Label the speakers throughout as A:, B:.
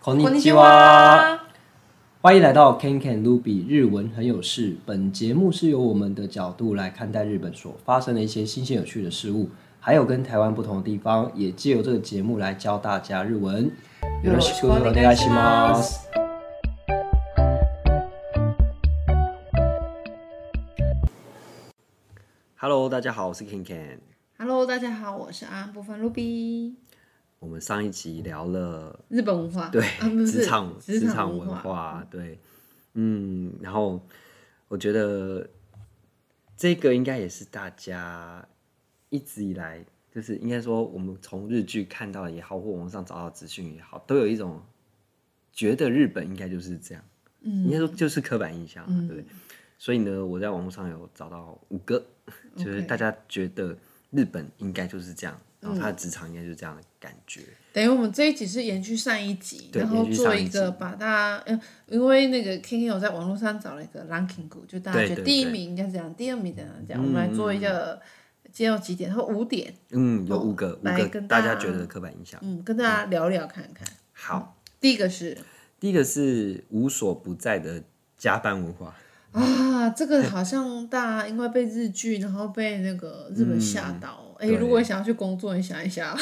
A: こん
B: こん
A: に
B: に
A: ち
B: ち
A: は。
B: は。
A: 欢迎来到 Ken Ken Ruby 日文很有事。本节目是由我们的角度来看待日本所发生的一些新鲜有趣的事物，还有跟台湾不同的地方，也借由这个节目来教大家日文。
B: よろしくお願いします。
A: Hello，大家好，我是 Ken Ken。
B: Hello，大家好，我是安安部分 Ruby，
A: 我们上一集聊了
B: 日本文化
A: 对
B: 啊不是
A: 职场
B: 职
A: 职
B: 场
A: 场
B: 文
A: 文化，对，嗯，然后我觉得这个应该也是大家一直以来，就是应该说我们从日剧看到的也好，或网上找到的资讯也好，都有一种觉得日本应该就是这样，应该
B: 嗯
A: 说就是刻板印象嘛，对不对？所以呢，我在网络上有找到五个， 就是大家觉得日本应该就是这样，然后他的职场应该就是这样的感觉。
B: 等于我们这一集是延续上一集，
A: 对
B: 然后
A: 延续
B: 做
A: 上一
B: 一个把大家，呃，因为那个 K K 有在网络上找了一个 ranking 股，就大家
A: 对
B: 觉
A: 对
B: 得
A: 嗯
B: 第一
A: 对
B: 名应该这样，第二名怎样这样，我们来做一个揭露几点，然后五点，
A: 嗯，有
B: 哦
A: 五个、五
B: 来
A: 个
B: 跟
A: 大
B: 大
A: 家
B: 家
A: 觉得的刻板印象。
B: 嗯，跟大家聊聊看看。
A: 嗯好，
B: 第一个是
A: 第一个是无所不在的加班文化，
B: 啊，这个好像大家因为被日剧，然后被那个日本吓到。哎、
A: 嗯对
B: 如果想要去工作，你想一下，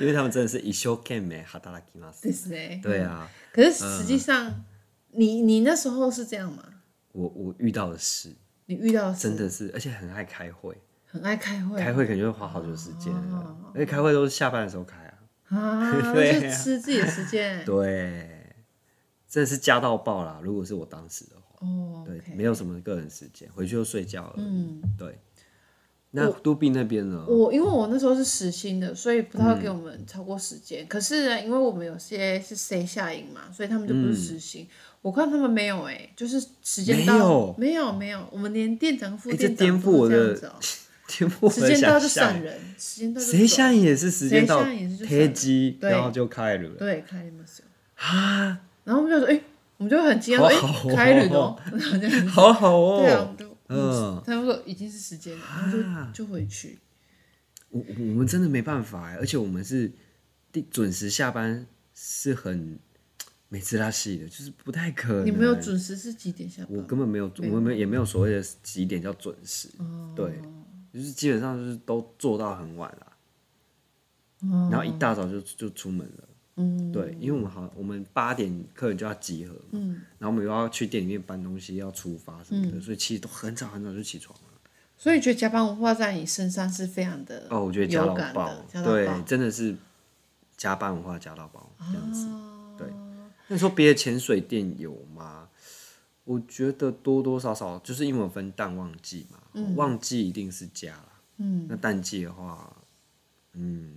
A: 因为他们真的是一休 can 没哈达拉基马斯。
B: 对是哎。
A: 对啊，
B: 可是实际上，你你那时候是这样吗？
A: 我我遇到的是
B: 你遇到
A: 真
B: 的
A: 的是，而且很爱开会，
B: 很爱开会，
A: 开会可能就会花好久时间
B: 哦
A: 了，而且开会都是下班的时候开啊。
B: 啊，
A: 对啊
B: 那就吃自己的时间。
A: 对，真的是加到爆啦！如果是我当时的话，
B: 哦
A: 对，
B: ，OK，
A: 没有什么个人时间，回去就睡觉了。
B: 嗯，
A: 对。那杜比那边呢？
B: 我因为我那时候是实薪的，所以不
A: 嗯
B: 太会给我们超过时间。可是呢，因为我们有些是 C 下营嘛，所以他们就不
A: 嗯
B: 是实薪。我看他们没有哎、就是时间
A: 没
B: 到
A: 有
B: 没有没有，我们连店长、副
A: 哎这
B: 店长
A: 颠覆
B: 都
A: 我
B: 是这
A: 的
B: 样子哦、
A: 天赋
B: 时间到就
A: 闪
B: 闪人，时间到就
A: 谁
B: 走
A: 下也是时间到
B: 谁下也是就
A: 贴机，
B: 对
A: 然后就开了。
B: 对，开了嘛是有
A: 啊，
B: 然后我们就说哎、我们就很惊讶说
A: 好好
B: 哎、
A: 哦
B: 开旅 的、哦，然后这样
A: 好好哦。
B: 对啊，就
A: 嗯啊
B: 嗯，他们说已经是时间了，然后就就回去。
A: 我我我们真的没办法哎，而且我们是定准时下班，是很没自拉系的，就是不太可能。
B: 你没有？准时是几点下
A: 我
B: 班？
A: 根本没有，我们也没有所谓的几点叫准时，
B: 哦
A: 对，就是基本上就是都做到很晚啦，
B: 哦
A: 然后一大早就就出门了。
B: 嗯
A: 对，因为我们好，我们八点客人就要集合嘛，然后我们又要去店里面搬东西，要出发什么的，所以其实都很早很早就起床了。
B: 所以觉得加班文化在你身上是非常的
A: 哦，我觉得加
B: 有
A: 到
B: 感
A: 爆
B: 的，，加到
A: 对
B: 爆，
A: 真的是加班文化加到爆这样子。
B: 哦
A: 对那你说别的潜水店有吗？我觉得多多少少就是因为我分淡旺季嘛，旺季一定是加啦。
B: 嗯，
A: 那淡季的话，嗯，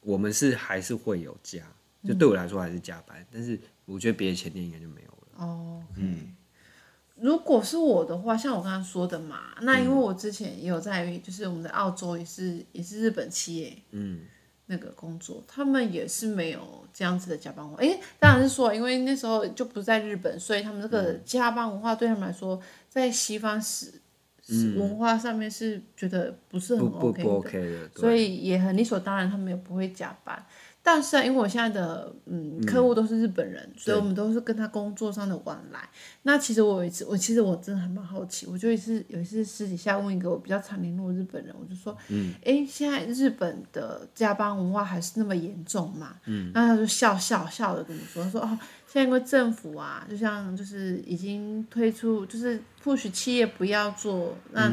A: 我们是还是会有加，
B: 嗯
A: 就对我来说还是加班，但是我觉得别的前店应该就没有了。
B: 哦，嗯。如果是我的话，像我刚刚说的嘛，那
A: 嗯
B: 因为我之前也有在，就是我们在澳洲也是也是日本企业
A: 嗯，
B: 那个工作，他们也是没有这样子的加班文化。诶，当然是说，因为那时候就不在日本，所以他们这个
A: 嗯
B: 加班文化对他们来说，在西方史、史文化上面是觉得不是很
A: 嗯不不
B: OK
A: 不
B: 的。
A: OK 的，对。
B: 所以也很理所当然，他们也不会加班。但是啊，因为我现在的嗯客户都是日本人，所以我们都是跟他工作上的往来。那其实我有一次，我其实我真的还蛮好奇，我就一次有一次私底下问一个我比较常联络的日本人，我就说，嗯，哎，现在日本的加班文化还是那么严重嘛？嗯，那他就笑笑笑的跟我说，他说哦，现在因为政府啊，就像就是已经推出，就是 push 企业不要做，那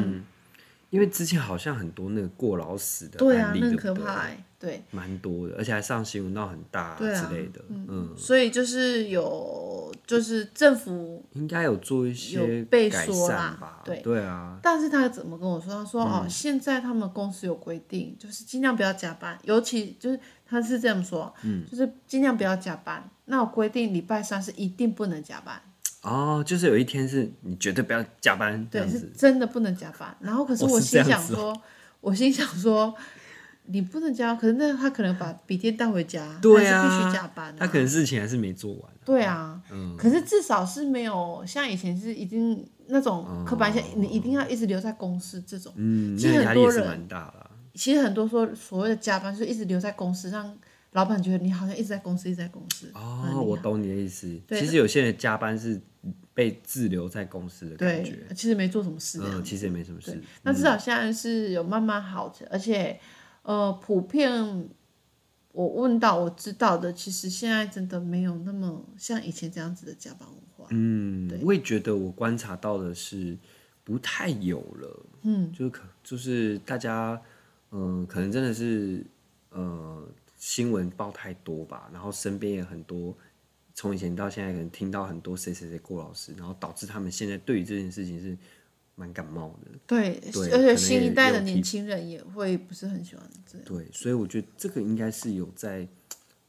A: 因为之前好像很多那个过劳死的
B: 对啊
A: 案，例，
B: 那
A: 对
B: 很
A: 不
B: 可
A: 对
B: 怕、欸，对。
A: 蛮多的，而且还上新闻闹很大、
B: 对啊
A: 之类的。嗯，
B: 所以就是有，就是政府，
A: 应该有做一些
B: 有被
A: 改
B: 说啦
A: 善吧？
B: 对
A: 啊，
B: 但是他怎么跟我说？他说、哦，现在他们公司有规定，就是尽量不要加班，尤其就是他是这样说，
A: 嗯
B: 就是尽量不要加班。那有规定礼拜三是一定不能加班，
A: 哦，就是有一天是你绝对不要加班这
B: 对，
A: 样
B: 是
A: 子。
B: 真的不能加班。然后可是
A: 哦
B: 我
A: 是
B: 心
A: 这样
B: 想
A: 子哦
B: 说，我心想说，你不能加，可是那他可能把笔电带回家，
A: 对
B: 他
A: 啊，
B: 还是必须加班、啊。
A: 他可能事情还是没做完。
B: 对啊，
A: 嗯
B: 可是至少是没有像以前是已经那种刻板印象，你一定要一直留在公司这种。
A: 嗯，
B: 其
A: 那
B: 实
A: 个
B: 很
A: 压力也
B: 多
A: 是
B: 人
A: 蛮大啦。
B: 其实很多说所谓的加班，就是一直留在公司，让老板觉得你好像一直在公司，一直在公司。啊很厉
A: 哦，
B: 害
A: 我懂你的意思。
B: 对
A: 其实有些人加班是被滞留在公司的感
B: 对
A: 觉，，
B: 其实没做什么事这样
A: 嗯，
B: 子
A: 其实嗯也没什么事
B: 对。，那至少现在是有慢慢好起来，而且呃，普遍我问到我知道的，其实现在真的没有那么像以前这样子的加班文化。
A: 嗯，我也觉得我观察到的是不太有了，嗯，就是可就是大家，嗯、可能真的是，呃，新闻报太多吧，然后身边也很多，从以前到现在可能听到很多谁谁谁过劳死，然后导致他们现在对于这件事情是蛮感冒的，
B: 对，
A: 对可
B: 而
A: 能
B: 且新
A: 也
B: 一代
A: 有
B: 的
A: 提
B: 年轻人也会不是很喜欢这样。
A: 对，所以我觉得这个应该是有在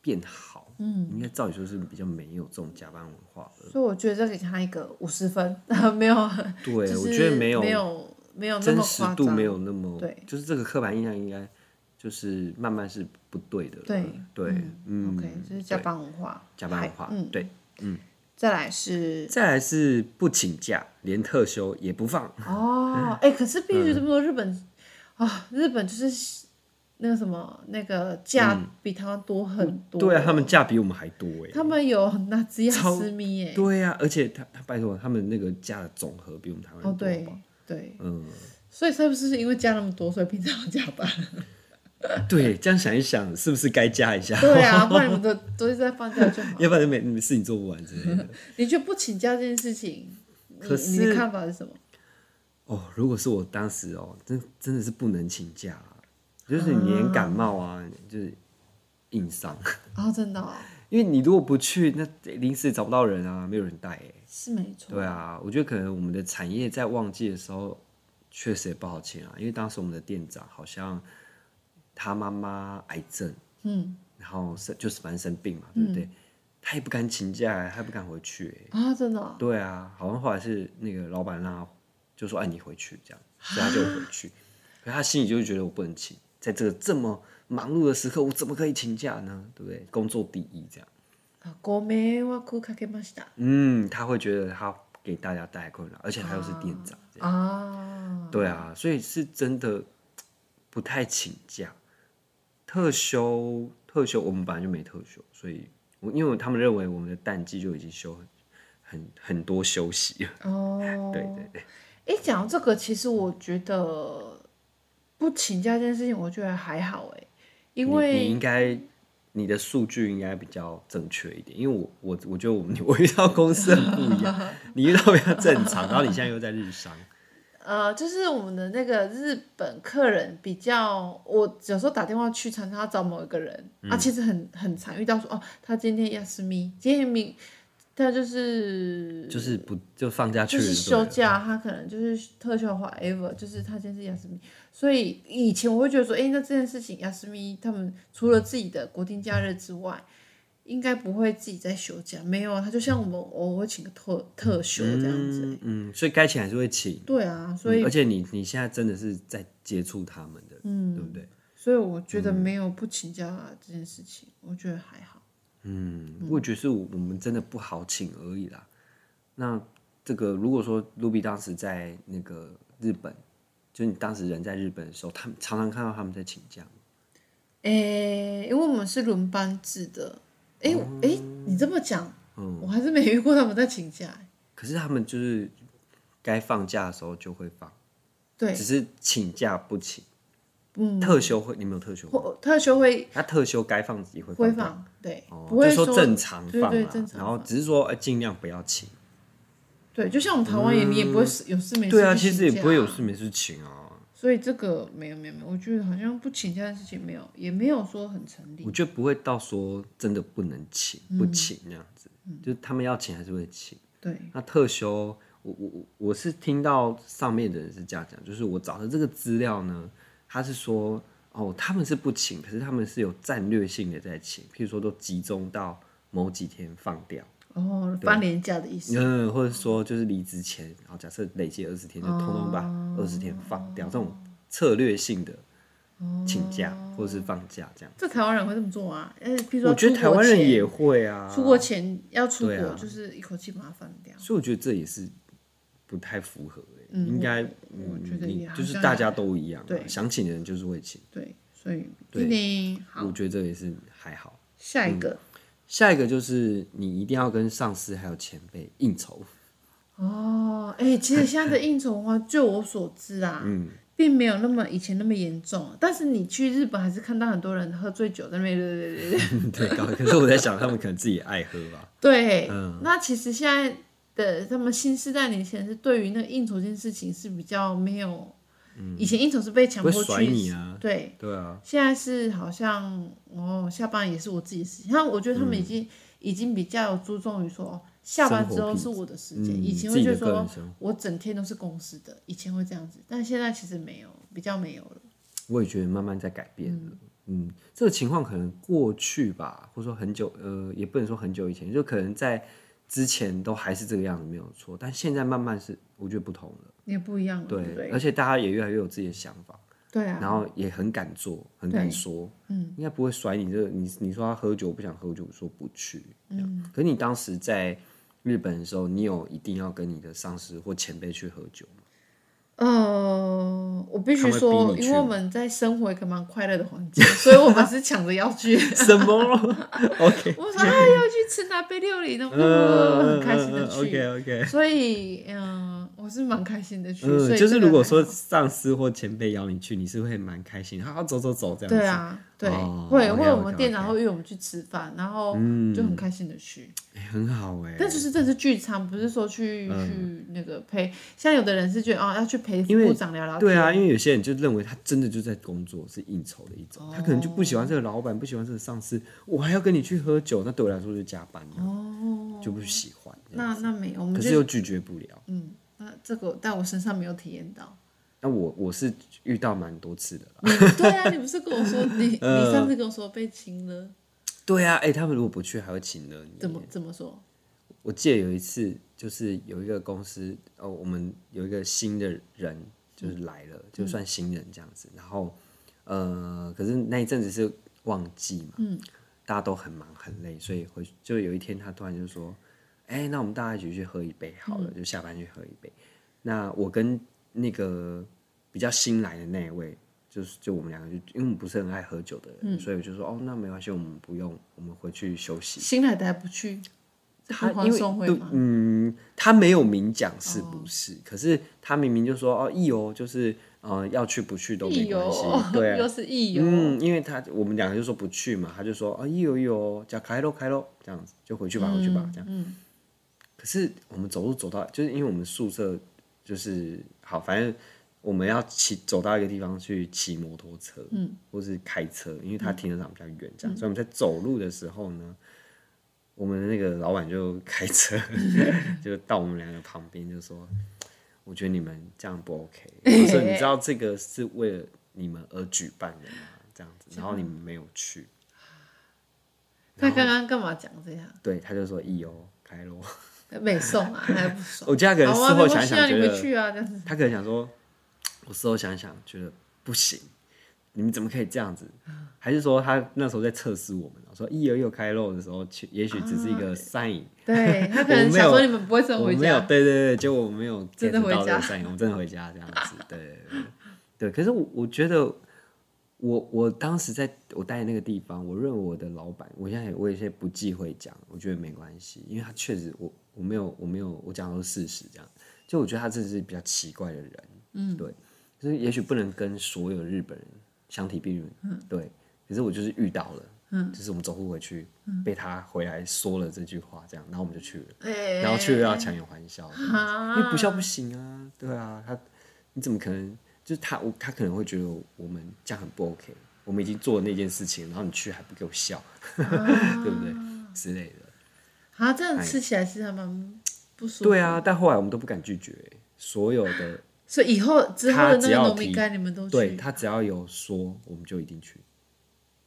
A: 变好，嗯，应该照理说是比较没有这种加班文化了，
B: 所以我觉得这给他一个五十分， 没有，
A: 对，
B: 就是
A: 我觉得没有
B: 没有没有哦那
A: 真
B: 么
A: 实
B: 夸
A: 度
B: 张，
A: 没有那么，
B: 对，
A: 就是这个刻板印象应该就是慢慢是不对的了，
B: 对
A: 对，嗯
B: OK，就是加班文化，
A: 加班文化，
B: 还嗯，
A: 对。
B: 再 来是
A: 再来是不请假，连特休也不放，
B: 哦，哎、可是必
A: 嗯
B: 须这么说，日本啊、日本就是那个什么，那个假比台湾多很多。
A: 嗯对啊，他们假比我们还多哎，
B: 他们有纳兹亚
A: 超
B: 斯密耶，
A: 对啊，而且他他拜托他们那个假的总和比我们台湾
B: 哦
A: 多，
B: 对
A: 好不好
B: 对，
A: 嗯，
B: 所以是不是因为加那么多，所以平常要加班？
A: 对，这样想一想，是不是该加一下？
B: 对 啊，不然你们都都是在放假就好。
A: 要不然每每事情做不完之 类的。
B: 你觉得不请假这件事情，你
A: 可
B: 你的
A: 是
B: 看法是什么？
A: 哦，如果是我当时哦，真真的是不能请假、啊，就是你连感冒啊，就是硬 伤，
B: 哦，真的、哦、
A: 因为你如果不去，那临时找不到人啊，没有人带哎、
B: 是没错。
A: 对啊，我觉得可能我们的产业在旺季的时候，确实也不好请啊，因为当时我们的店长好像他妈妈癌症，
B: 嗯
A: 然后生就是反正生病嘛，对不对？他也不敢请假、他也不敢回去、欸，
B: 啊，真的、哦，
A: 对啊，好像后来是那个老板让他就说：“哎，你回去这样。”所以他就回去。可是他心里就觉得我不能请，在这个这么忙碌的时刻，我怎么可以请假呢？对不对？工作第一这样。
B: 啊，ごめんはくかけました
A: 嗯，他会觉得他给大家带来困扰，而且他又是店长这样。
B: 啊，
A: 对啊，所以是真的不太请假。特休特休，我们本来就没特休，所以我因为他们认为我们的淡季就已经休很很很多休息了。
B: 哦，
A: 对对对，
B: 诶，讲到这个，其实我觉得不请假这件事情，我觉得还好诶，因
A: 你你
B: 为
A: 应该你的数据应该比较正确一点，因为我我我觉得我们 我遇到公司很不一样，你遇到比较正常，然后你现在又在日商，
B: 呃，就是我们的那个日本客人比较，我有时候打电话去常常要找某一个人、
A: 嗯
B: 啊，其实很很常遇到说哦，他今天亚斯咪，今天明他就是
A: 就是不就放假去
B: 就
A: 了就对啊
B: 是休
A: 了
B: 假，他可能就是特休或 ever，就是他今天是亚斯密，所以以前我会觉得说，诶，那这件事情亚斯密他们除了自己的国定假日之外，应该不会自己在休假，没有啊，他就像我们偶尔会请个特特休这样子、
A: 嗯嗯，所以该请还是会请，
B: 对啊，所以、
A: 嗯而且你你现在真的是在接触他们的，嗯，对不对？
B: 所以我觉得没有不请假这件事情，我觉得还好。
A: 嗯，我觉得是我们真的不好请而已啦。那这个如果说卢比当时在那个日本，就你当时人在日本的时候，他们常常看到他们在请假。
B: 诶、因为我们是轮班制的，诶、
A: 哦
B: 我诶、你这么讲，
A: 嗯
B: 我还是没遇过他们在请假、欸
A: 可是他们就是该放假的时候就会放，
B: 对
A: 只是请假不请。嗯，特休会你们有特休吗？
B: 或特休会
A: 那特休该放也会
B: 会
A: 放假，
B: 放，对，
A: 哦
B: 不会
A: 就说正常
B: 对
A: 放
B: 对
A: 啦
B: 正常
A: 然后
B: 放
A: 只是说呃尽量不要请。
B: 对，就像我们台湾也，你也不会是有事没事
A: 对啊，其
B: 去请
A: 实也
B: 假
A: 不会有事，没事请啊。
B: 所以这个没有没有没有，我觉得好像不请假的事情没有，也没有说很成立
A: 我。觉得不会到说真的不能请、不请那样子，就是他们要请还是会请。
B: 嗯对，
A: 那特休，我我我我是听到上面的人是这样讲，就是我找的这个资料呢，他是说哦，他们是不请，可是他们是有战略性的在请，譬如说都集中到某几天放掉，
B: 哦，放年假的意思，
A: 嗯，或者说就是离职前，然后假设累计二十天，就通通把二十天放掉，这种策略性的请假或者是放假这样。
B: 这台湾人会这么做啊？呃，比哦如说
A: 我觉得
B: 出
A: 台
B: 国
A: 湾人
B: 前
A: 也会啊，
B: 出国前要出
A: 对
B: 国，
A: 啊
B: 就是一口气把它放掉。
A: 所以我觉得这也是不太符合、欸
B: 嗯
A: 应该嗯
B: 我觉得
A: 你
B: 也好
A: 就是
B: 像
A: 大家都一样、啊，
B: 对
A: 想请的人就是会请，
B: 对，所以叮叮好，
A: 我觉得这也是还好。
B: 下一个、
A: 下一个就是你一定要跟上司还有前辈应酬， 嗯
B: 哦，哎、其实现在的应酬文化，就我所知啊，
A: 嗯
B: 并没有那么以前那么严重，啊但是你去日本还是看到很多人喝醉酒在那边，对对对对
A: 对，高可是我在想，他们可能自己也爱喝吧。
B: 对，
A: 嗯
B: 那其实现在的他们新时代年轻人是对于那个应酬这件事情是比较没有，以前应酬是被强迫
A: 嗯会甩
B: 去，
A: 你啊
B: 对，
A: 对啊，
B: 现在是好像哦，下班也是我自己的事情。那我觉得
A: 嗯
B: 他们已经、已经比较注重于说，哦下班之后是我的时间。
A: 嗯
B: 以前会觉得
A: 自己的个
B: 说
A: 人生
B: 我整天都是公司的，以前会这样子，但现在其实没有，比较没有了。
A: 我也觉得慢慢在改变了。嗯这个情况可能过去吧，或者说很久，呃，也不能说很久以前，就可能在之前都还是这个样子，没有错。但现在慢慢是，我觉得不同了。
B: 也不一样了，对不对？
A: 而且大家也越来越有自己的想法，
B: 对啊，
A: 然后也很敢做，很敢说。嗯，应该不会甩你这个，你你说要喝酒，我不想喝酒，我说不去。嗯，可你当时在日本的时候，你有一定要跟你的上司或前辈去喝酒吗？
B: 呃，我必须
A: 他们会逼
B: 说，
A: 你
B: 因
A: 去
B: 为我们在生活一个蛮快乐的环境，所以我们是抢着要 去。
A: 什么 ？OK，
B: 我们说啊，要去吃那杯料理，那 我
A: 呃
B: 很开心的去。
A: 嗯 OK OK。
B: 所以，嗯，我是蛮开心的去。所
A: 嗯，
B: 以
A: 就是
B: 这个
A: 如果
B: 还
A: 说上司或前辈邀你去，你是会蛮开心，好好走走走这样子。
B: 对啊，对，
A: 哦
B: 会
A: ，OK，
B: 会我
A: OK，
B: 们店
A: OK
B: 长会约我们去吃饭，然后
A: 嗯
B: 就很开心的去。
A: 哎，很好哎、
B: 但就是这是聚餐，不是说去
A: 嗯
B: 去那个陪。现在有的人是觉得哦要去陪副部长聊聊
A: 对
B: 天，
A: 啊，因为有些人就认为他真的就在工作，是应酬的一种，他可能就不
B: 哦
A: 喜欢这个老板，不喜欢这个上司，我还要跟你去喝酒，那对我来说就加班了，就不喜欢。
B: 哦那那没有，我们
A: 可
B: 就是
A: 又拒绝不了。
B: 嗯，那这个在我身上没有体验到。
A: 那我我是遇到蛮多次的啦。
B: 你对啊，你不是跟我说你
A: 呃
B: 你上次跟我说被亲了，
A: 对啊，哎、他们如果不去，还会请了你。
B: 怎么怎么说？
A: 我记得有一次，就是有一个公司，哦，我们有一个新的人就是来了，就算新人这样子。然后，呃，可是那一阵子是旺季嘛，嗯，大家都很忙很累，所以回就有一天他突然就说：“哎、那我们大家一起去喝一杯好了，就下班去喝一杯。”那我跟那个比较新来的那一位，就是就我们两个就因为我们不是很爱喝酒的人，所以我就说：“哦，那没关系，我们不用，我们回去休息。”
B: 新来的还不去，
A: 他
B: 不欢
A: 因为
B: 送会
A: 对
B: 吗哦
A: 嗯，他没有明讲是不是，可是他明明就说哦，意游就是呃要去不去都没
B: 义游哦
A: 关系， 对、
B: 又
A: 啊，
B: 是哦义游，
A: 嗯，因为他我们两个就说不去嘛，他就说啊意游意游，叫开喽开喽这样子，就回去吧回去吧这样。
B: 嗯，
A: 可是我们走路走到，就是因为我们宿舍就是好，反正我们要骑走到一个地方去骑摩托车，嗯，或是开车，因为它停车场比较远，这样，所以我们在走路的时候呢，我们的那个老板就开车，就到我们两个旁边就说：“我觉得你们这样不 OK。”我说：“你知道这个是为了你们而举办的吗？”这样子，然后你们没有去，
B: 他刚刚干嘛讲这样？
A: 对，他就说：“咦哦，开喽。”
B: 美送 啊，还不爽。
A: 我觉得他可能
B: 好
A: 事
B: 啊，
A: 后
B: 没
A: 想
B: 关
A: 一
B: 系
A: 想
B: 啊，你
A: 觉得
B: 回去啊，这样子。
A: 他可能想说，我事后想想觉得不行，你们怎么可以这样子？还是说他那时候在测试我们，说一有有开漏的时候，其也许只是一个 sign，、
B: 对他可能想
A: 我
B: 说
A: 没有
B: 你们不会真的
A: 我
B: 回
A: 们没有，
B: 家，
A: 对对对，结果我们没有
B: 真的
A: get 到
B: 回
A: 这
B: 家
A: 个 sign，我们真的回家这样子，对对对对。可是我我觉得。我我当时在我待的那个地方，我认为我的老板，我现在也我有些不忌讳讲，我觉得没关系，因为他确实我我没有我没有我讲的都是事实，这样，就我觉得他真的是比较奇怪的人，嗯，对，就是也许不能跟所有日本人相提并论，嗯，对，可是我就是遇到了，嗯，就是我们走路回去，
B: 嗯
A: 被他回来说了这句话，这样，然后我们就去了，
B: 哎
A: 然后去了要强颜欢笑，这样子
B: 啊
A: 因为不笑不行啊，对啊，他你怎么可能？就是他，我他可能会觉得我们这样很不 OK，我们已经做了那件事情，然后你去还不给我笑， 对不对？之类的。
B: 啊，这样吃起来是还蛮不舒服。
A: 对，啊，但后来我们都不敢拒绝，所有的
B: 所以以后之后
A: 他
B: 的
A: 只
B: 那个
A: 要
B: 农民
A: 提
B: 干你们都
A: 对
B: 去，
A: 他只要有说，我们就一定去。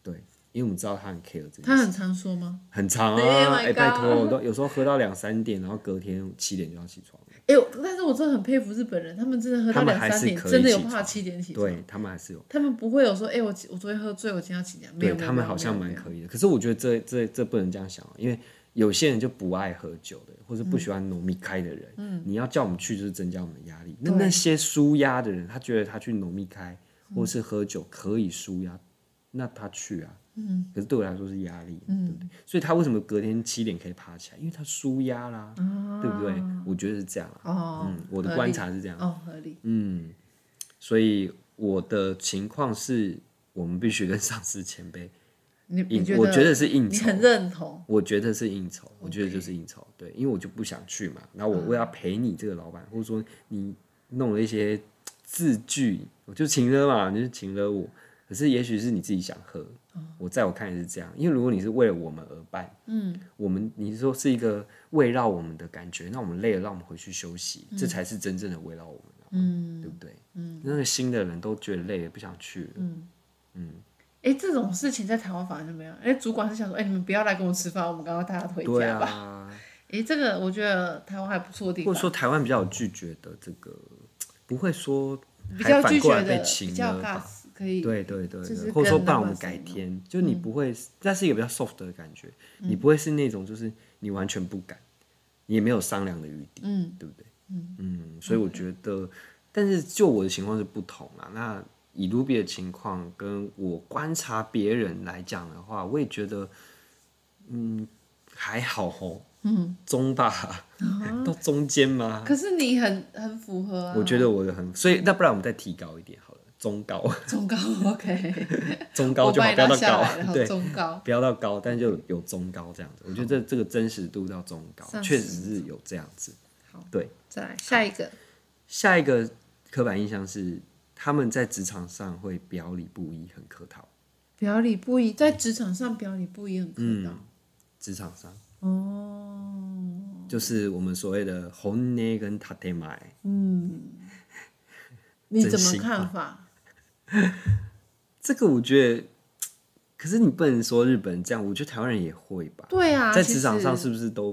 A: 对，因为我们知道他很 care 这
B: 他
A: 件事，
B: 很常说吗？
A: 很长
B: Oh
A: 啊，
B: my
A: 哎、拜
B: God
A: 托，我都有时候喝到两三点，然后隔天七点就要起床，
B: 哎，我但是我真的很佩服日本人，他们真的喝
A: 他
B: 到
A: 们
B: 两
A: 还
B: 三
A: 是
B: 点，
A: 可以
B: 真的有
A: 起
B: 办法
A: 床
B: 七点起床。
A: 对他们还是有。
B: 他们不会有说，哎，我我昨天喝醉，我今天要起床。没
A: 对
B: 有，没有
A: 他们好像蛮可以的。可是我觉得这这这不能这样想啊，因为有些人就不爱喝酒的，或者
B: 嗯
A: 不喜欢浓密开的人，你要叫我们去就是增加我们的压力。那
B: 对
A: 那些舒压的人，他觉得他去浓密开或是喝酒可以舒压，那他去啊，嗯，可是对我来说是压力，嗯，对不对？所以他为什么隔天七点可以爬起来？因为他舒压啦，对不对？我觉得是这样啊，
B: 啊哦，
A: 嗯，我的
B: 合
A: 观
B: 理
A: 察是这样，
B: 哦，合理，
A: 嗯，所以我的情况是我们必须跟上司前辈
B: 你
A: 应
B: 你，觉
A: 嗯我觉得是应
B: 你
A: 酬，
B: 很认同，
A: 我觉得是应酬，我觉得就是应酬，对，因为我就不想去嘛，然后
B: 嗯
A: 我为了陪你这个老板，或者说你弄了一些字句，我就请了嘛，你就请了我，可是也许是你自己想喝，
B: 哦
A: 我在我看来是这样，因为如果你是为了我们而办，嗯，我们你是说是一个围绕我们的感觉，那我们累了，让我们回去休息，
B: 嗯
A: 这才是真正的围绕我们，嗯，对不对？嗯，那个新的人都觉得累了，不想去了，
B: 嗯
A: 嗯
B: 哎，这种事情在台湾反而就没有。哎，主管是想说，哎，你们不要来跟我吃饭，我们刚刚大家回
A: 对
B: 家吧。
A: 啊。
B: 哎、这个我觉得台湾还不错的地
A: 或
B: 方
A: 者，说台湾比较有拒绝的这个，不会说
B: 比
A: 还
B: 较
A: 反
B: 拒
A: 过来
B: 绝
A: 被
B: 的，
A: 请
B: 比较
A: 了吧
B: gas 可以。
A: 对对对
B: 就是
A: 对，或者说
B: 跟
A: 不然
B: 老
A: 我们
B: 板
A: 改
B: 商量
A: 天，就你不会，那是一个比较 soft 的感觉，
B: 嗯
A: 你不会是那种就是你完全不敢，你也没有商量的余地，
B: 嗯，
A: 对不对？嗯所以我觉得，但是就我的情况是不同啊。那以卢比的情况跟我观察别人来讲的话，我也觉得，嗯，嗯还好吼，嗯，中吧， 到中间吗？
B: 啊可是你很很符合啊，
A: 我觉得我很，所以那不然我们再提高一点好了，中 高，
B: 中高 OK，
A: 中
B: 我
A: 高就
B: 把
A: 好，
B: 你
A: 不要
B: 拉
A: 到
B: 下来了，
A: 高，
B: 好
A: 对，
B: 中高，
A: 不要到高，但就有中高这样子。我觉得这这个真实度到中高，
B: 上
A: 确
B: 次
A: 实是有这样子。
B: 再来下一个，
A: 下一个刻板印象是，他们在职场上会表里不一，很客套。
B: 表里不一，在职场上表里不一很客套。
A: 职场上，哦，就是我们所谓的红内跟塔特麦，
B: 你怎
A: 真
B: 么
A: 心啊
B: 看法？
A: 这个我觉得，可是你不能说日本人这样，我觉得台湾人也会吧。
B: 对啊，
A: 在
B: 其
A: 职场
B: 实
A: 上是不是都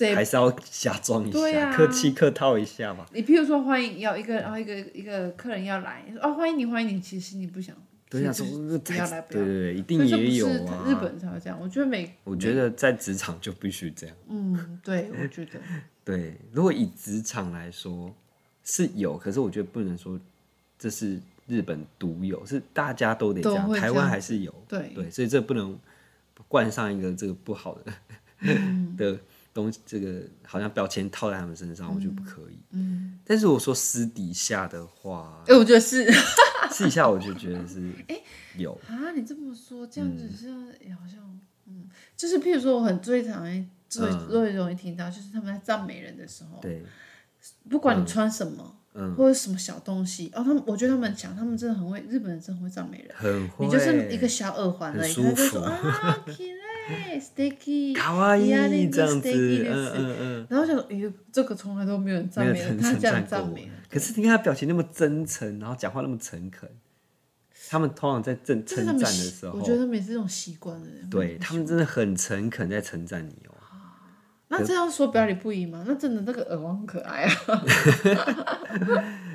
A: 还
B: 谁？
A: 是要假装一
B: 对
A: 下，
B: 啊
A: 客气客套一下嘛。
B: 你譬如说欢迎要一个，然后一个一个客人要来，说哦欢迎你欢迎你，其实你不想，
A: 对呀，
B: 其
A: 说
B: 实
A: 这
B: 不要来不
A: 对
B: 要来
A: 对对，一
B: 所
A: 定
B: 以这
A: 也有
B: 不是
A: 啊。
B: 日，本才会这样，我觉得美，
A: 我觉得在职场就必须这样。
B: 嗯， 对，我觉得
A: 对，如果以职场来说是有，可是我觉得不能说这是日本独有，是大家都得这
B: 都
A: 样。
B: 会
A: 台
B: 这
A: 湾
B: 样
A: 还是有，
B: 对
A: 对，所以这不能冠上一个这个不好的
B: 嗯
A: 的东西，这个好像标签套在他们身上，我觉得不可以。嗯，但是我说私底下的话，
B: 哎、我觉得是 嗯
A: 私底下我就觉得是有。
B: 啊，你这么说，这样子是、也好像，嗯，就是譬如说，我很最常最最容易听到，就是他们在赞美人的时候，
A: 嗯对，嗯
B: 不管你穿什么，或者什么小东西，哦，他们我觉得他们很强，他们真的很会，日本人真的会赞美人。
A: 很会。
B: 你就是一个小耳环而已，
A: 很
B: 他就
A: 舒
B: 说
A: 服
B: 啊 k i s t i c k y
A: 卡哇伊
B: 呀那个
A: 这样子，
B: steak
A: 嗯
B: 的
A: 嗯嗯，
B: 然后想说，咦，这个从来都没有人赞
A: 没有
B: 美
A: 真
B: 人，他
A: 称
B: 这样
A: 赞
B: 赞
A: 过我
B: 美人，。
A: 可是你看他表情那么真诚，然后讲话那么诚恳，他们通常在正
B: 这是
A: 称
B: 他
A: 赞
B: 们
A: 的
B: 习，
A: 时候
B: 我，觉得他们也是这种习惯的人。
A: 对他们真的很诚恳在称赞你哦。
B: 那这样说表里不一吗？那真的那个耳环很可爱 啊。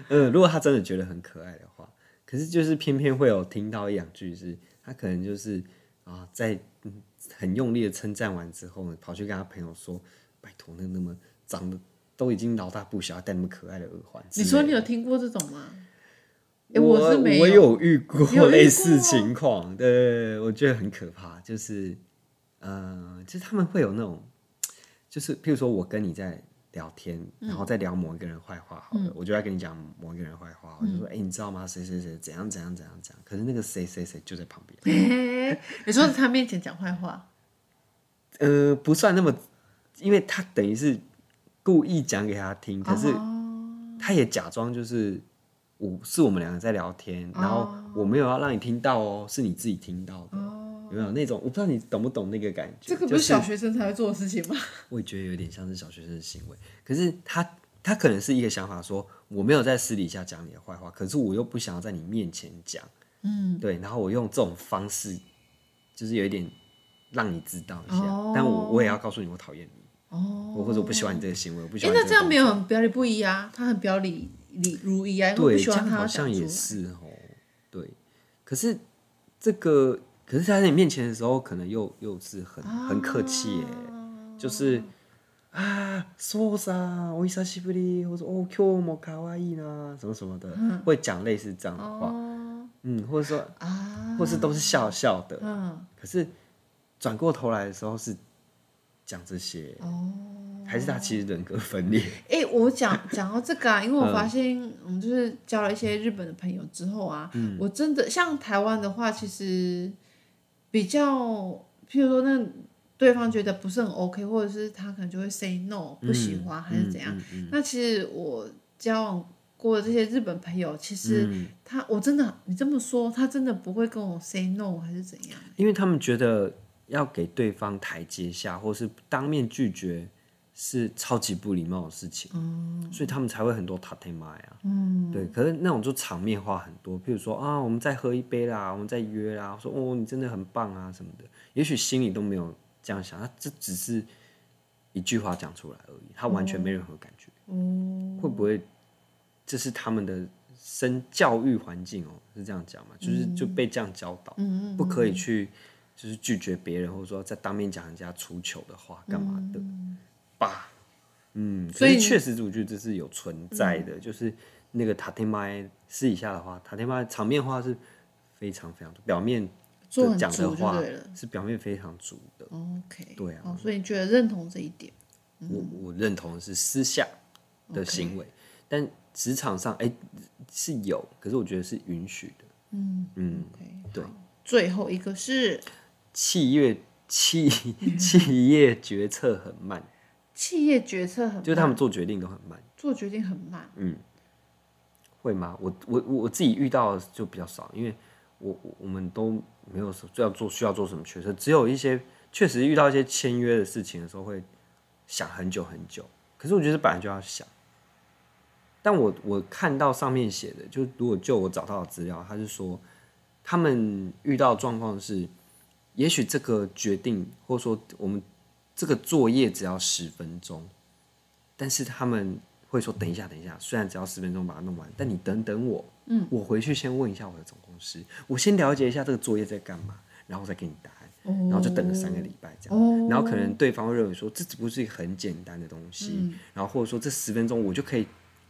A: 嗯，如果他真的觉得很可爱的话，可是就是偏偏会有听到一两句是，他可能就是啊，在嗯很用力的称赞完之后呢，跑去跟他朋友说：“拜托，那那么长得都已经老大不小，还戴那么可爱的耳环。”
B: 你说你有听过这种吗？诶
A: 我
B: 是没
A: 我 有遇
B: 你有遇
A: 过
B: 过
A: 类似情况，对对对，我觉得很可怕，就是，呃，就是他们会有那种，就是譬如说我跟你在聊天，然
B: 嗯
A: 后再聊某一个人坏话，好了，我就在跟你讲某一个人坏话，我就
B: 嗯
A: 说，哎、你知道吗？谁谁谁怎样怎样怎样怎样，可是那个谁谁谁就在旁边，
B: 诶你说在他面前讲坏话，
A: 呃，不算那么，因为他等于是故意讲给他听，可
B: 哦
A: 是他也假装就是我是我们两个在聊天，然后
B: 哦
A: 我没有要让你听到哦，是你自己听到的，有没有那种？我不知道你懂不懂那个感觉，
B: 这个不
A: 就是
B: 小学生才会做的事情吗？
A: 我也觉得有点像是小学生的行为，可是他。他可能是一个想法说我没有在私底下讲你的坏话，可是我又不想要在你面前讲，嗯，对，然后我用这种方式，就是有一点让你知道一下，
B: 哦
A: 但我我也要告诉你我讨厌你，
B: 哦，
A: 我或者我不喜欢你这个行为，我不喜
B: 诶，
A: 欢你
B: 那
A: 个
B: 这样没
A: 动
B: 有很表里不一啊，他很表里里如一啊，因为
A: 作
B: 我不
A: 对，
B: 喜
A: 这
B: 欢
A: 样
B: 他
A: 好
B: 要讲
A: 像
B: 出
A: 也
B: 来。
A: 是哦，对。可是这个，可是他在你面前的时候，可能又又是很、很客气耶，就是啊，说啥我伊莎西布利，或者哦，今日も可愛いな，什么什么的，会讲类似这样的话。
B: 哦，
A: 嗯，或者说，
B: 啊，
A: 或是都是笑笑的，
B: 嗯，
A: 可是转过头来的时候是讲这些，
B: 哦，
A: 还是他其实人格分裂？
B: 哎、我讲讲到这个啊，因为我发现，嗯，就是交了一些日本的朋友之后啊，
A: 嗯
B: 我真的像台湾的话，其实比较，譬如说那对方觉得不是很 OK，或者是他可能就会 say no，不喜
A: 嗯
B: 欢、还是怎样。那其实我交往过的这些日本朋友，其实
A: 嗯
B: 他、我真的，你这么说，他真的不会跟我 say no 还是怎样？
A: 因为他们觉得要给对方台阶下，或是当面拒绝是超级不礼貌的事情，所以他们才会很多塔天妈呀，嗯，对。可是那种就场面话很多，譬如说啊，我们再喝一杯啦，我们再约啦，说哦，你真的很棒啊什么的，也许心里都没有这样想，他这只是一句话讲出来而已，他完全没任何感觉，
B: 嗯，
A: 会不会这是他们的生教育环境哦？是这样讲嘛？就是
B: 嗯
A: 就被这样教导，不可以去就是拒绝别人，或者说在当面讲人家出糗的话干嘛的吧？嗯，
B: 嗯所以嗯
A: 可是确实我觉得这是有存在的，就是那个塔天麦私底下的话，塔天麦场面话是非常非常多，表面
B: 做很
A: 讲的
B: 足就
A: 话
B: 对了。
A: 是表面非常足的。
B: OK，
A: 对啊
B: 哦，所以你觉得认同这一点？
A: 我我认同是私下的行为但职场上哎、是有，可是我觉得是允许的。
B: 嗯对。最后一个是
A: 企业企 企业决策很慢，
B: 企业决策很慢，
A: 就是他们做决定都很慢，
B: 做决定很慢。
A: 会吗？我我我我自己遇到的就比较少，因为我我我们都没有什要做需要做什么决策，只有一些确实遇到一些签约的事情的时候会想很久很久，可是我觉得本来就要想。但我我看到上面写的，就如果就我找到的资料，他是说他们遇到的状况是，也许这个决定或者说我们这个作业只要十分钟，但是他们会说等一下等一下，虽然只要十分钟把它弄完，但你等等我，嗯，我回去先问一下我的总公司，我先了解一下这个作业在干嘛，然后再给你答案。然后就等了三个礼拜这样，
B: 哦
A: 然后可能对方会认为说这只不过是一个很简单的东西，
B: 嗯
A: 然后或者说这十分钟我就可以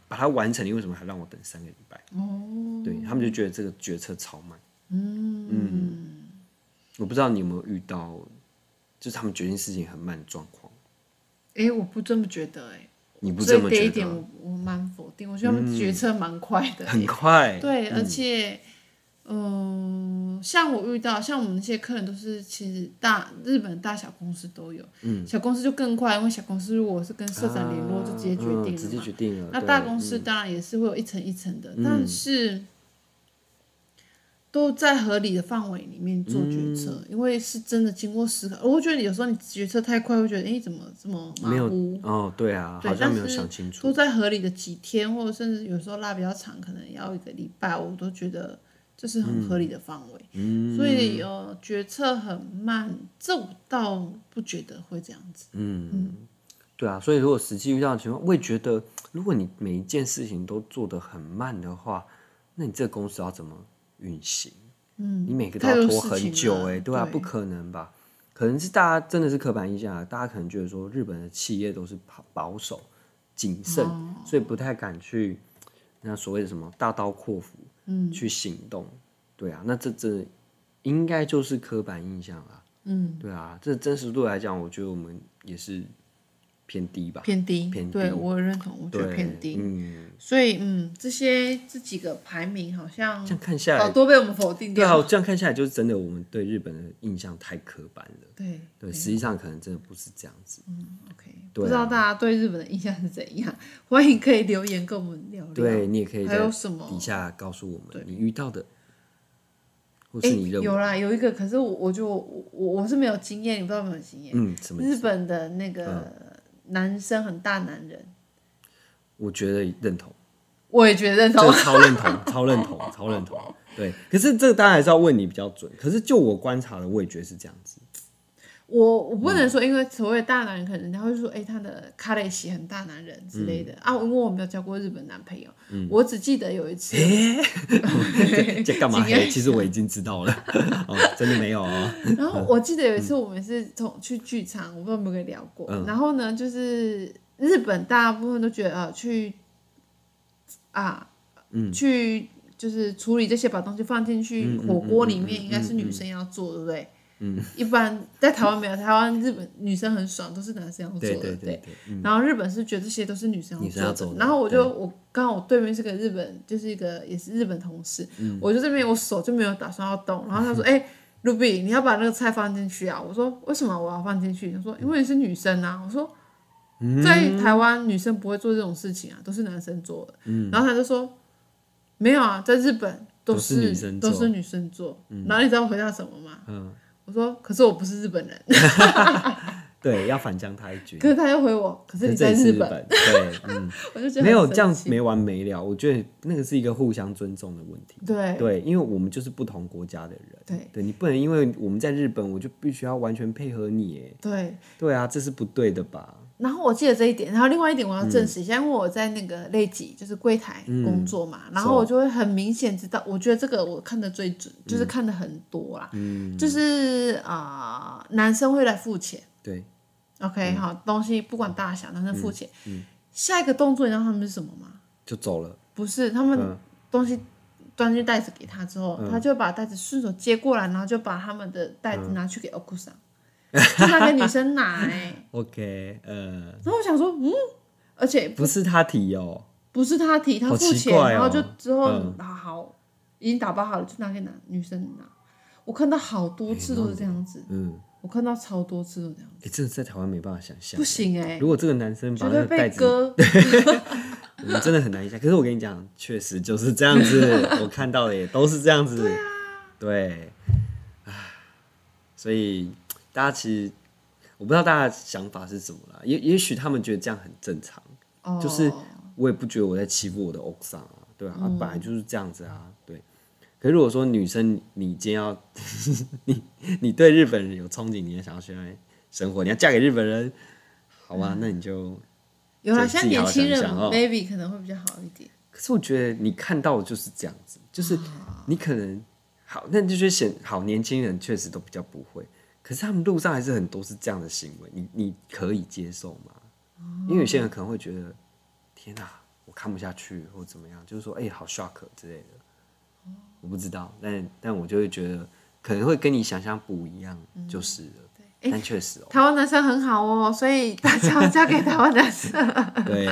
A: 把它完成，你为什么还让我等三个礼拜？
B: 哦，
A: 对他们就觉得这个决策超慢。
B: 嗯，
A: 我不知道你有没有遇到，就是他们决定事情很慢的状况，
B: 哎、我不这么觉得、哎，
A: 你不
B: 所
A: 这
B: 以
A: 么
B: 这一
A: 觉
B: 点
A: 得？啊嗯
B: 我我蛮否定，我觉得他们决策蛮快的、
A: 很快，嗯
B: 对，而且，嗯、像我遇到像我们那些客人都是其实大日本大小公司都有，嗯，小公司就更快，因为小公司如果是跟社长联络就直接决定了嘛，
A: 嗯直接决定了。
B: 那
A: 对嗯
B: 大公司当然也是会有一层一层的，但是都在合理的范围里面做决策，
A: 嗯
B: 因为是真的经过思考。我觉得有时候你决策太快，会觉得哎、诶怎么这么
A: 没
B: 马
A: 有
B: 虎？
A: 哦，对啊，
B: 对
A: 好像没有想清楚。
B: 都在合理的几天，或者甚至有时候拉比较长，可能要一个礼拜，我都觉得这是很合理的范围。
A: 嗯
B: 所以呃，决策很慢，这我倒不觉得会这样子。
A: 嗯
B: 嗯
A: 对啊，所以如果实际遇到的情况，我也觉得，如果你每一件事情都做得很慢的话，那你这个公司要怎么运行？嗯，你每个都要
B: 太多
A: 拖
B: 事
A: 很
B: 情
A: 久
B: 了
A: 哎、对啊，
B: 对
A: 不可能吧？可能是大家真的是刻板印象啊，大家可能觉得说日本的企业都是保保守、谨慎，
B: 哦
A: 所以不太敢去那所谓的什么大刀阔斧，嗯，去行动。对啊，那这这应该就是刻板印象啊。嗯，对啊，这真实度来讲，我觉得我们也是偏低吧。
B: 偏低，
A: 偏低
B: 对我认同，我觉得
A: 对
B: 偏低。
A: 嗯，
B: 所以，嗯，这些这几个排名好像
A: 这样看下
B: 好
A: 来，
B: 多被我们否定
A: 对啊，
B: 掉。
A: 我这样看下来就是真的，我们对日本的印象太刻板了。
B: 对
A: 对，实际上可能真的不是这样子。
B: 嗯，OK，不知
A: 啊
B: 道大家对日本的印象是怎样？欢迎可以留言跟我们聊哎聊。
A: 对你也可以
B: 啊还
A: 在
B: 有什么
A: 底下告诉我们你遇到的，或是
B: 诶
A: 你认为
B: 哎有啦，有一个，可是我我就我我是没有经验，你不知道有没有经验？
A: 嗯什么？
B: 日本的那个男生很大男人，
A: 我觉得认 同，
B: 我也觉得认
A: 这
B: 同
A: 个。超认同，超认同，超认同。对，可是这个当然还是要问你比较准。可是就我观察的，我也觉得是这样子。
B: 我我不
A: 嗯
B: 能说，因为所谓的大男人，可能人家会说，哎、他的卡雷西很大男人之
A: 嗯
B: 类的、啊。因为我没有交过日本男朋友，我只记得有一 次，
A: 这这干嘛
B: 今天
A: 黑？其实我已经知道 了，哦，真的没有哦。
B: 然后我记得有一
A: 嗯
B: 次我们是从去剧场，我不知道有没有跟你聊过。然后呢，就是
A: 嗯
B: 日本大部分都觉得、呃、去啊，去就是处理这些，把东西放进去火
A: 嗯
B: 锅里面，应该是女生要做，对不对？嗯，一般在台湾没有，台湾、日本女生很爽，都是男生要做
A: 对
B: 的，
A: 对对对，嗯
B: 然后日本是觉得这些都是女生
A: 女生要
B: 做
A: 做的
B: 然后我就我刚好我对面是个日本，就是一个也是日本同事，
A: 嗯
B: 我就这边我手就没有打算要动，然后他说：“哎、卢比，你要把那个菜放进去啊？”我说：“为什么我要放进去？”他说：“因为你是女生啊。”我说：“在台湾女生不会做这种事情啊，都是男生做的。
A: 嗯
B: 然后他就说：“没有啊，在日本都
A: 都是女生做嗯
B: 都是女生做。然后你知道我回答什么吗？我说：“可是我不是日本人。
A: 对，要反将他一军”。
B: 可是他又回我：“可是你
A: 这
B: 在
A: 也是
B: 本。
A: 本，对，嗯，
B: 我 就觉得
A: 没有
B: 很生
A: 这样
B: 气
A: 没完没了。我觉得那个是一个互相尊重的问题。
B: 对
A: 对，因为我们就是不同国家的人，
B: 对
A: 对你不能因为我们在日本，我就必须要完全配合你，耶。
B: 对。
A: 对啊，这是不对的吧？
B: 然后我记得这一点，然后另外一点我要证实一下，因为我在那个类级就是柜台工作嘛，然后我就会很明显知道，我觉得这个我看的最准，就是看的很多啦，就是啊、呃男生会来付钱
A: 对，
B: ，OK 好，东西不管大小，男生付钱，下一个动作你知道他们是什么吗？
A: 就走了，
B: 不是，他们东西端进袋子给他之后，他就把袋子顺手接过来，然后就把他们的袋子拿去给 Oku 桑，就拿给女生拿、欸。
A: OK，呃，
B: 然后我想说，嗯，而且
A: 不是他提哦，
B: 不是他提，他
A: 好
B: 付
A: 奇
B: 钱，
A: 怪哦
B: 然后就之后拿、好，已经打包好了，就拿给男女生拿。我看到好
A: 哎
B: 多次都是这样子，
A: 嗯，
B: 我看到超多次都这样，
A: 哎，真的在台湾没办法想象
B: 不，行哎、
A: 如果这个男生把
B: 绝
A: 那
B: 对
A: 个袋
B: 被
A: 子，
B: 割。
A: 我们真的很难想。可是我跟你讲，确实就是这样子，我看到的也都是这样子，对，唉所以大家其实我不知道大家的想法是什么啦，也也许他们觉得这样很正常。
B: 哦，
A: 就是我也不觉得我在欺负我的偶像啊，对啊，本来就是这样子啊，对。可是如果说女生，你今天要你你对日本人有憧憬，你也想要去那里生活，你要嫁给日本人，好吧，那你就。
B: 有啦，
A: 自己
B: 现在年轻人
A: 好好想想哦
B: maybe 可能会比较好一点。
A: 可是我觉得你看到的就是这样子，就是
B: 啊
A: 你可能好，那就是显好年轻人确实都比较不会，可是他们路上还是很多是这样的行为，你你可以接受吗？
B: 哦
A: 因为有些人可能会觉得，天哪、我看不下去或怎么样，就是说，哎、好 shock 之类的，我不知道，但但我就会觉得可能会跟你想象不一样，
B: 嗯
A: 就是了。但确实哦、
B: 台湾男生很好哦，所以大家要嫁给台湾男生。
A: 对，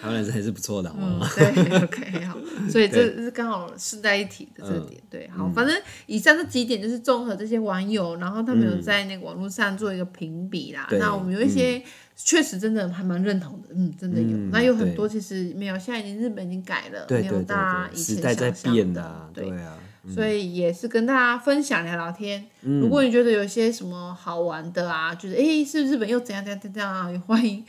A: 台湾人还是不错的，好吗？
B: 嗯，对，OK，好， 所以这是刚好是在一体的这个点，
A: 嗯
B: 对，好，反正以上这几点就是综合这些网友，然后他们有在那个网络上做一个评比啦。
A: 嗯对
B: 那我们有一些确实真的还蛮认同的，嗯，真的有。
A: 嗯
B: 那有很多其实没有，现在已经日本已经改了，
A: 对
B: 没
A: 对
B: 有
A: 对
B: 大家
A: 对，
B: 以
A: 时
B: 前
A: 代在
B: 想象
A: 变
B: 的
A: 的啊，
B: 对。
A: 对啊，
B: 所以也是跟大家分享聊聊天。如果你觉得有些什么好玩的啊，觉得诶是不是日本又怎样怎样怎样啊，也欢迎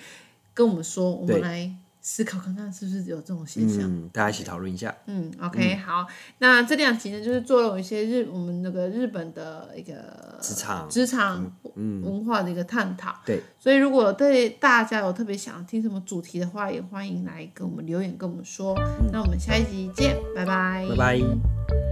B: 跟我们说，我们
A: 对
B: 来思考看看是不是有这种现象。
A: 嗯，大家一起讨论一下。
B: 嗯，OK，好，那这两集呢，就是做了一些日我们那个日本的一个
A: 职场
B: 职场文化的一个探讨。
A: 对，
B: 所以如果对大家有特别想听什么主题的话，也欢迎来跟我们留言跟我们说。那我们下一集见，拜拜，
A: 拜拜。